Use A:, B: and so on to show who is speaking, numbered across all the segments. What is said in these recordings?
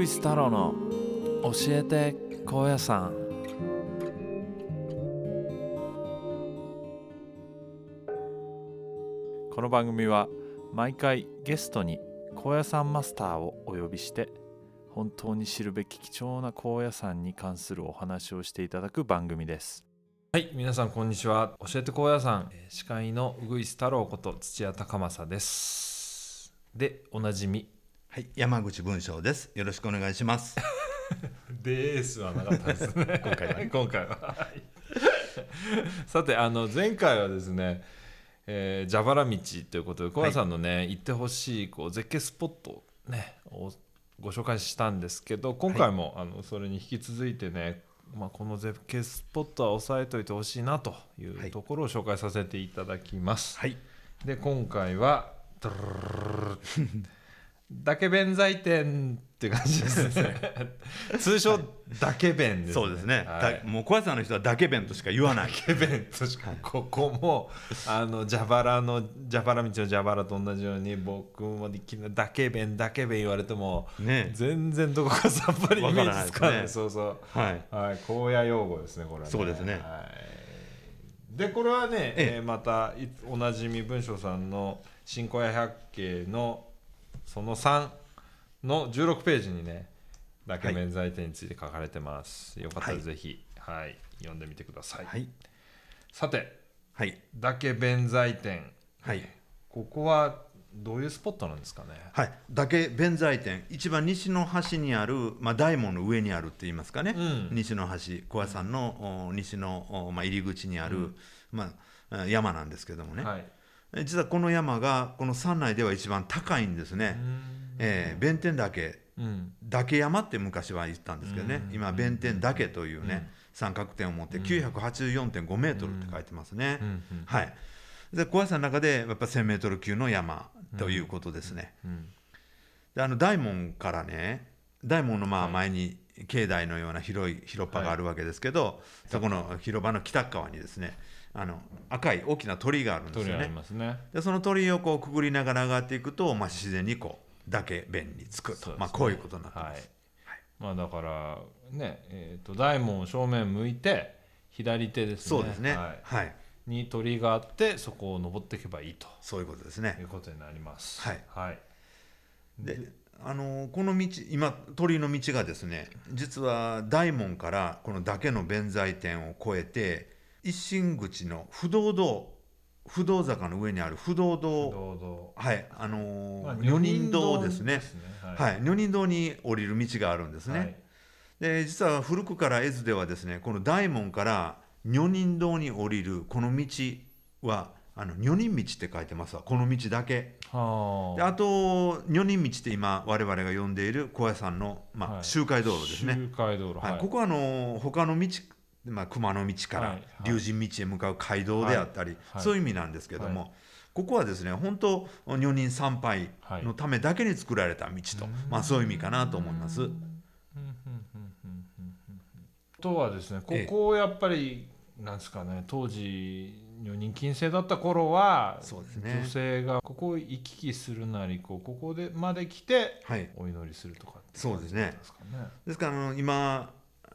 A: イス太郎の教えて高野山この番組は毎回ゲストに高野山マスターをお呼びして本当に知るべき貴重な高野山に関するお話をしていただく番組です
B: はい、皆さんこんにちは。教えて高野山、えー司会のウグイス太郎こと土屋隆正です。で、おなじみ。
C: はい、山口文章です。よろしくお願いします。
B: ですはなかったですね。今回は、 今回は。はいさて、あの前回はですね、えー、蛇腹道ということで、高野山のね、行ってほしいこう絶景スポットね、をご紹介したんですけど、今回も、あのそれに引き続いてね。まあ、この絶景スポットは押さえといてほしいなとい
C: は
B: う
C: い
B: ところを紹介させていただきます。
C: はい、
B: で今回 は「ドルルルルルルだけ弁財天」って感じです ね通称「だけ弁」ですね
C: そうですね。
B: はい
C: だもう小屋さんの人はだけ弁としか言わない。
B: だけ弁としかここもあの蛇腹の蛇腹道の蛇腹と同じように僕もいきなり「だけ弁だけ弁」言われても
C: ね
B: 全然どこかさっぱりイメージつかな
C: わからないいです
B: そうそう
C: はい。
B: はい、高野用語ですね、これは、ね。
C: そうですね
B: はい。で、これはね、
C: ええ
B: えーまたいおなじみ文章さんの新高野百景のその3の16ページにね、だけ免罪店について書かれてます。よかったらぜひ、はい、読んでみてください。
C: はい。
B: さて、
C: はい。
B: だけ弁財天、
C: はい。
B: ここはどういうスポットなんですかね。
C: はい。だけ弁財天、一番西の端にある、まあ大門の上にあるって言いますかね。
B: うん
C: 西の端、小屋さんの、お西の、おまあ入り口にある、まあ山なんですけどもね。
B: はい。
C: え実はこの山がこの山内では一番高いんですね。えー、弁天岳
B: うん。
C: 岳山って昔は言ったんですけどね、
B: うん
C: 今弁天岳というね、
B: うん
C: 三角点を持って
B: うん
C: 984.5メートルって書いてますね、
B: うん。うん。
C: はいで小屋さんの中でやっぱ1000メートル級の山ということですね、
B: うん。
C: であの大門からね大門のまあ前に境内のような広い広場があるわけですけど、そこの広場の北側にですねあの赤い大きな鳥居があるんです
B: 鳥
C: よ
B: あり
C: ね
B: ますね。
C: でその鳥居をこうくぐりながら上がっていくと、まあ、自然にこう岳弁に
B: そ
C: 着くと、
B: ですね
C: まあ、こういうことになってます、
B: はいまあだからねえーと大門を正面向いて左手ですね
C: そうですね
B: はい
C: はい
B: に鳥居があってそこを登っていけばいいと
C: そういうことです
B: い
C: ね。
B: うことになります
C: はい
B: はい
C: で、あのこの道、今鳥居の道がですね、実は大門からこの岳の弁財天を越えて一心口の不動堂、不動坂の上にある不動
B: 堂
C: 堂、
B: 々
C: はい、あの
B: まあ
C: 女人堂ですね。
B: は
C: はいい、女人堂に降りる道があるんですね。
B: はい
C: で、実は古くから絵図ではですね、この大門から女人堂に降りるこの道はあの女人道って書いてますわ。この道だけ。
B: は
C: であと女人道って今我々が呼んでいる高野山の、ま
B: は
C: あ、
B: い
C: 周回道路ですね、
B: 周回道路
C: はいここはあの他の道、まあ、熊野道から、
B: はいはい
C: 龍神道へ向かう街道であったり、
B: はい
C: そういう意味なんですけども、ここはですね本当女人参拝のためだけに作られた道と、
B: はい
C: まあ、そういう意味かなと思います。
B: うんうんうんうんうんうんあとはですねこ
C: ええ
B: こをやっぱりなんですかね当時女人禁制だった頃は
C: そうですね
B: 女性がここを行き来するなりこうここでまで来て
C: はい、
B: お祈りするとかって
C: そうですね
B: ですかね。
C: ですからあの今、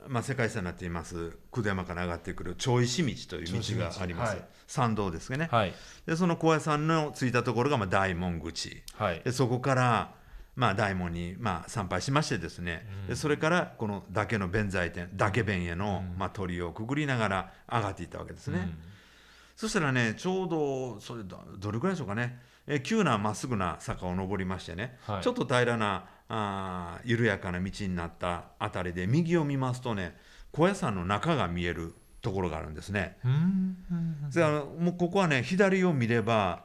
C: まあ、世界遺産になっています久手山から上がってくる長石道という道があります、
B: 長石道はい
C: 参道ですね、
B: はい
C: でその高野山の着いたところがまあ大門口
B: はい
C: でそこからまあ大門にまあ参拝しましてですね、
B: うん
C: でそれからこの岳の弁財天岳弁への
B: うん
C: まあ鳥居をくぐりながら上がっていったわけですね、そしたらねちょうどそれどどれくらいでしょうかねえー急なまっすぐな坂を登りましてね、
B: はい
C: ちょっと平らなあー緩やかな道になったあたりで右を見ますとね高野山の中が見えるところがあるんですね。
B: うんうん
C: であのもうここはね左を見れば、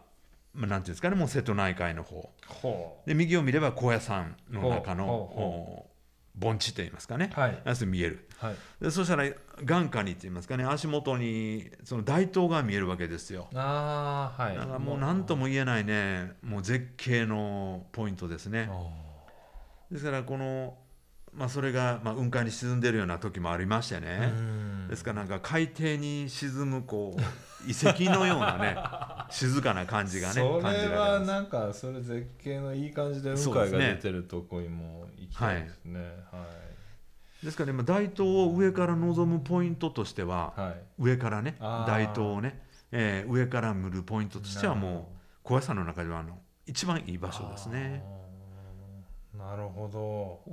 C: まあ、なんていうんですかねもう瀬戸内海の方
B: ほ
C: で右を見れば高野山の中の
B: ほう
C: お盆地といいますかね、
B: うはい
C: あそう見える
B: はい
C: でそしたら眼下にといいますかね足元にその大塔が見えるわけですよ
B: あーはい
C: だからもう何と
B: も
C: も言えないねもう絶景のポイントですねですからこの、まあ、それが、まあ、雲海に沈んでるような時もありましてね、
B: うん
C: ですからなんか海底に沈むこう遺跡のようなね静かな感じがね
B: そ
C: 感じ
B: れ
C: ら
B: は
C: れます
B: なんかそれ絶景のいい感じで向井
C: そう
B: が
C: ですね
B: 出てるとこにも行きたいですねはい
C: ですから今大東を上から望むポイントとしては、
B: はい、
C: 上からね
B: あー
C: 大東をね、えー上から見るポイントとしてはもう高野山の中ではあの一番いい場所ですね。
B: あーなるほど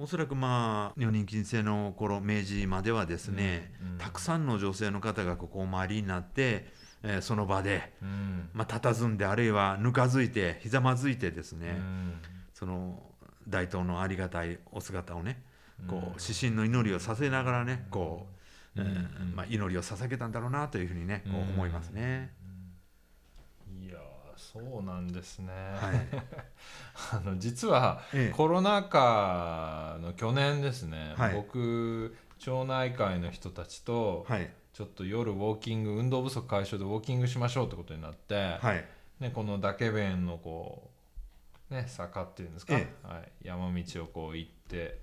C: おそらくまあ女人禁制の頃明治まではですね、
B: うんうん
C: たくさんの女性の方がここをお参りになって、えーその場で、
B: うん、
C: まあ、佇んであるいはぬかづいてひざまずいてです
B: う
C: ね、
B: ん
C: その大東のありがたいお姿をねこう
B: うん
C: 指針の祈りをさせながらねこう、
B: うん
C: うんまあ、祈りを捧げたんだろうなというふうにねこう
B: うん
C: 思いますね。
B: いやーそうなんですね、
C: はい
B: あの実は
C: ええ
B: コロナ禍の去年ですね、
C: はい
B: 僕町内会の人たちと、
C: はい
B: ちょっと夜ウォーキング運動不足解消でウォーキングしましょうってことになって、
C: はい
B: ね、この嶽弁のこう、ね、坂っていうんですか、
C: え
B: はい、山道をこう行って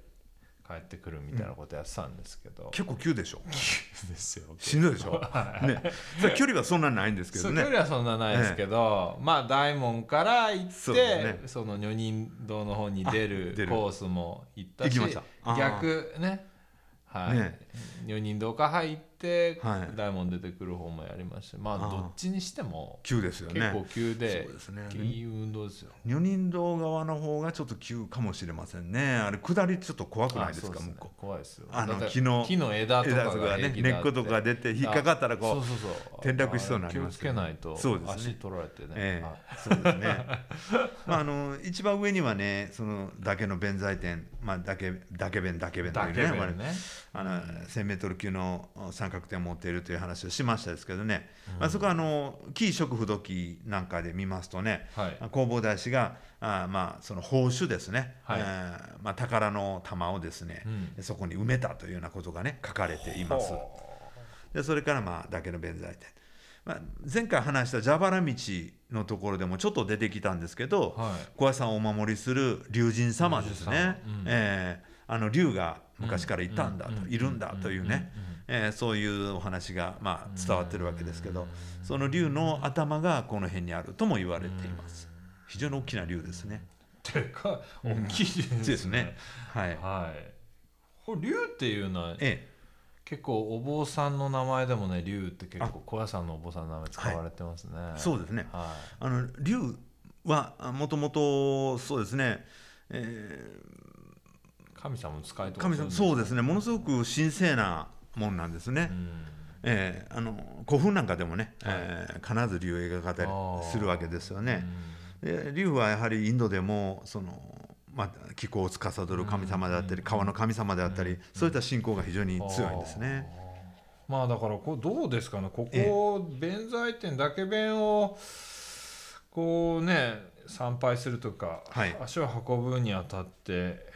B: 帰ってくるみたいなことやってたんですけど、
C: 結構急 でしょ
B: 急ですよ
C: しんどいでしょ、ね、それ距離はそんなにないんですけ
B: そ
C: ど
B: う距
C: ね
B: 離はそんなないですけど、まあ大門から行ってそ,、
C: そうですね
B: の女人堂の方に出る
C: あ出る
B: コースも行ったし
C: 行きましたあー
B: 逆ねはい、
C: ね
B: 女人堂から入って、
C: はい
B: 大門出てくる方もやりましたまあ
C: あー
B: どっちにしても
C: 急ですよ
B: 結
C: ね
B: 構急で,、
C: そうですね
B: いい運動ですよ
C: 女人堂側の方がちょっと急かもしれませんねあれ下りちょっと怖くないです
B: あ
C: か
B: そう
C: 向こ
B: ね、怖いですよ
C: あの
B: だって
C: 木の
B: 木の枝
C: う
B: とか
C: 枝
B: が
C: とかね
B: 平気
C: 根
B: だ
C: っことか出て引っかかったらこ
B: そう
C: う
B: そうそう
C: 転落しそうになります
B: 気
C: よ
B: をつ
C: ね
B: けないと
C: そうですね
B: 足取られてね、
C: え
B: はい
C: え、そうですね。まああの一番上にはね、そのだけの弁財天、まあだけだけ弁だけ弁とい
B: だ
C: う
B: け
C: ね、
B: ど
C: ま
B: ね
C: ああの1000メートル級の三角点を持っているという話をしましたですけどね。まあそこはあの紀伊食不土記なんかで見ますとね、
B: はい
C: 弘法大師があまあその宝珠ですね、
B: はい
C: えーまあ宝の玉をですね、
B: う
C: そこに埋めたというようなことがね書かれています。でそれからまあだけの弁財天、まあ、前回話した蛇腹道のところでもちょっと出てきたんですけど、
B: はい
C: 小屋さんをお守りする龍神様です
B: 龍
C: ね
B: 神様うん
C: えーあの龍が昔からいたんだと、
B: うん
C: いるんだというね、えーそういうお話がまあ伝わってるわけですけど、その龍の頭がこの辺にあるとも言われています。非常に大きな龍ですね。
B: でかい大きいですね,、
C: そうですね。はい。
B: はいこれ竜っていうのは
C: え
B: 結構お坊さんの名前でもね竜って結構小屋さんのお坊さんの名前使われてますね、
C: え、そう
B: で
C: ですね。
B: は
C: あの竜はあもともとそうですね、え
B: い、神様の使い
C: ー
B: とか
C: 神様そう
B: う
C: ですねものすごく神聖なもんなんですね、
B: ん
C: えーあの古墳なんかでもね、えー必ず竜を描かれたり
B: あー
C: するわけですよね。で竜はやはりインドでもその、まあ、気候を司る神様であったり川の神様であったり、そういった信仰が非常に強いんですね。
B: あーまあだからこうどうですかねこ
C: え
B: こ弁財天だけ弁をこうね参拝するとか、
C: はい
B: 足を運ぶにあたって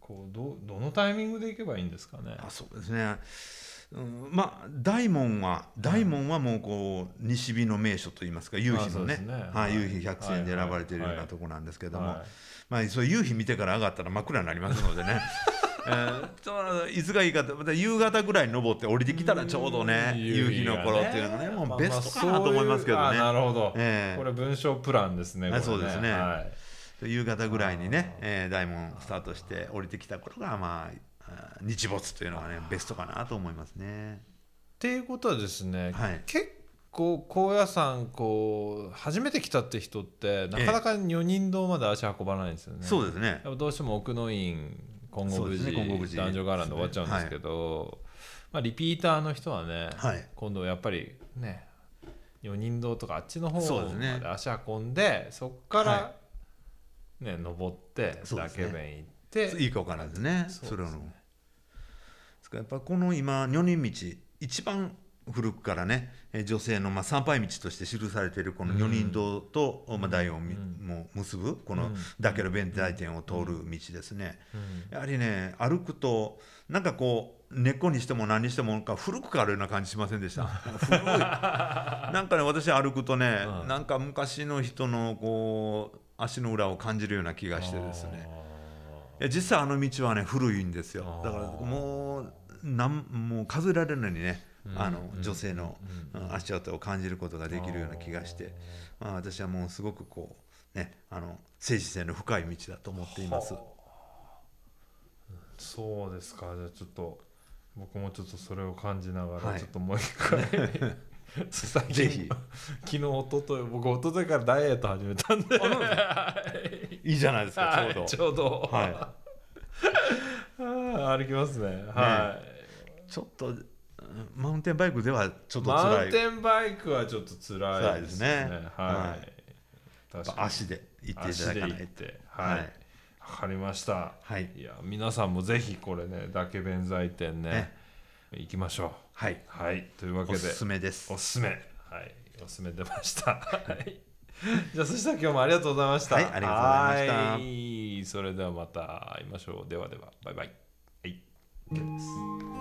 B: こうどどのタイミングで行けばいいんですかね
C: あそうですね、うん、まあ大門は大門はもうこう西日の名所といいますか夕
B: あ
C: 日
B: そ
C: の
B: うで
C: ね
B: すねは
C: はいい、夕日百選で選ばれているよう
B: はい
C: な
B: はい
C: とこなんですけども、
B: はい
C: まあ、そう夕日見てから上がったら真っ暗になりますの でね。えーちょうどいつがいいかとまた夕方ぐらいに登って降りてきたらちょうどね
B: うん
C: 夕日の頃っていうのはね
B: が
C: もうベストかなと思いますけど
B: まあまあそういうあな
C: ね
B: るほど、
C: ええ
B: これ文章プランですねこれ
C: あそうですね
B: はい
C: 夕方ぐらいにね、えー大門スタートして降りてきた頃がまああー日没というのがねベストかなと思いますね。
B: っていうことはですね、
C: はい
B: 結構高野山こう初めて来たって人ってなかなか女人堂まで足運ばないんですよね。
C: そうですね
B: やっぱどうしても奥の院金剛無
C: そうです
B: 事、
C: ね金剛無事
B: 男女伽藍で終わっちゃうんですけど、まあ、リピーターの人はね、
C: はい
B: 今度やっぱりね女人堂とかあっちの方
C: そう
B: ま
C: ですね
B: で足運んでそこから、
C: は
B: ね登って
C: そうで
B: だ
C: す
B: け
C: ね
B: 弁行って
C: いいか分からんですね。
B: そうですね
C: それをですからやっぱこの今女人道一番古くからねえー女性のまあ参拝道として記されているこの女人堂と、まあ、大王み
B: うん
C: も結ぶこ
B: う
C: の
B: ん
C: だけの弁財天を通る道ですね、
B: うん
C: やはりね歩くとなんかこう根っこにしても何にしてもなんか古くからあるような感じしませんでし た古いなんかね私歩くとね、
B: うん
C: なんか昔の人のこう足の裏を感じるような気がしてですねいや実際あの道はね古いんですよ
B: あー
C: だからもうなんもう数えられるのにねあの女性の
B: うん
C: うん足跡を感じることができるような気がして、まあ、私はもうすごくこうねあの政治性の深い道だと思っています
B: は。あそうですかじゃあちょっと僕もちょっとそれを感じながら、
C: はい
B: ちょっともう一回 最近
C: ぜひ
B: 昨日一昨日僕一昨日からダイエット始めたん ではい
C: いいじゃないですか
B: い
C: ち
B: ち
C: ょうど。
B: ょうど
C: はい
B: あー歩きますねは
C: ちょっとうんマウンテンバイクではちょ
B: い
C: っと
B: マ
C: 辛
B: ウ
C: い
B: ンテンバイクはちょっと辛いですね
C: 辛いですね
B: は
C: はい
B: い、確かに
C: 足で行っていただか
B: 足
C: な
B: で行っ
C: い
B: てはい、
C: は
B: わ
C: い
B: かりました
C: はい
B: いや皆さんもぜひこれねだけ弁財天ね行きましょう
C: はい
B: はいというわけ
C: お
B: です
C: すめです
B: おすすめはいおすすめ出ましたはい じゃあそしたら今日もありがとうございました
C: はいありがとうございました
B: はいそれではまた会いましょうではではバイバイはい OK です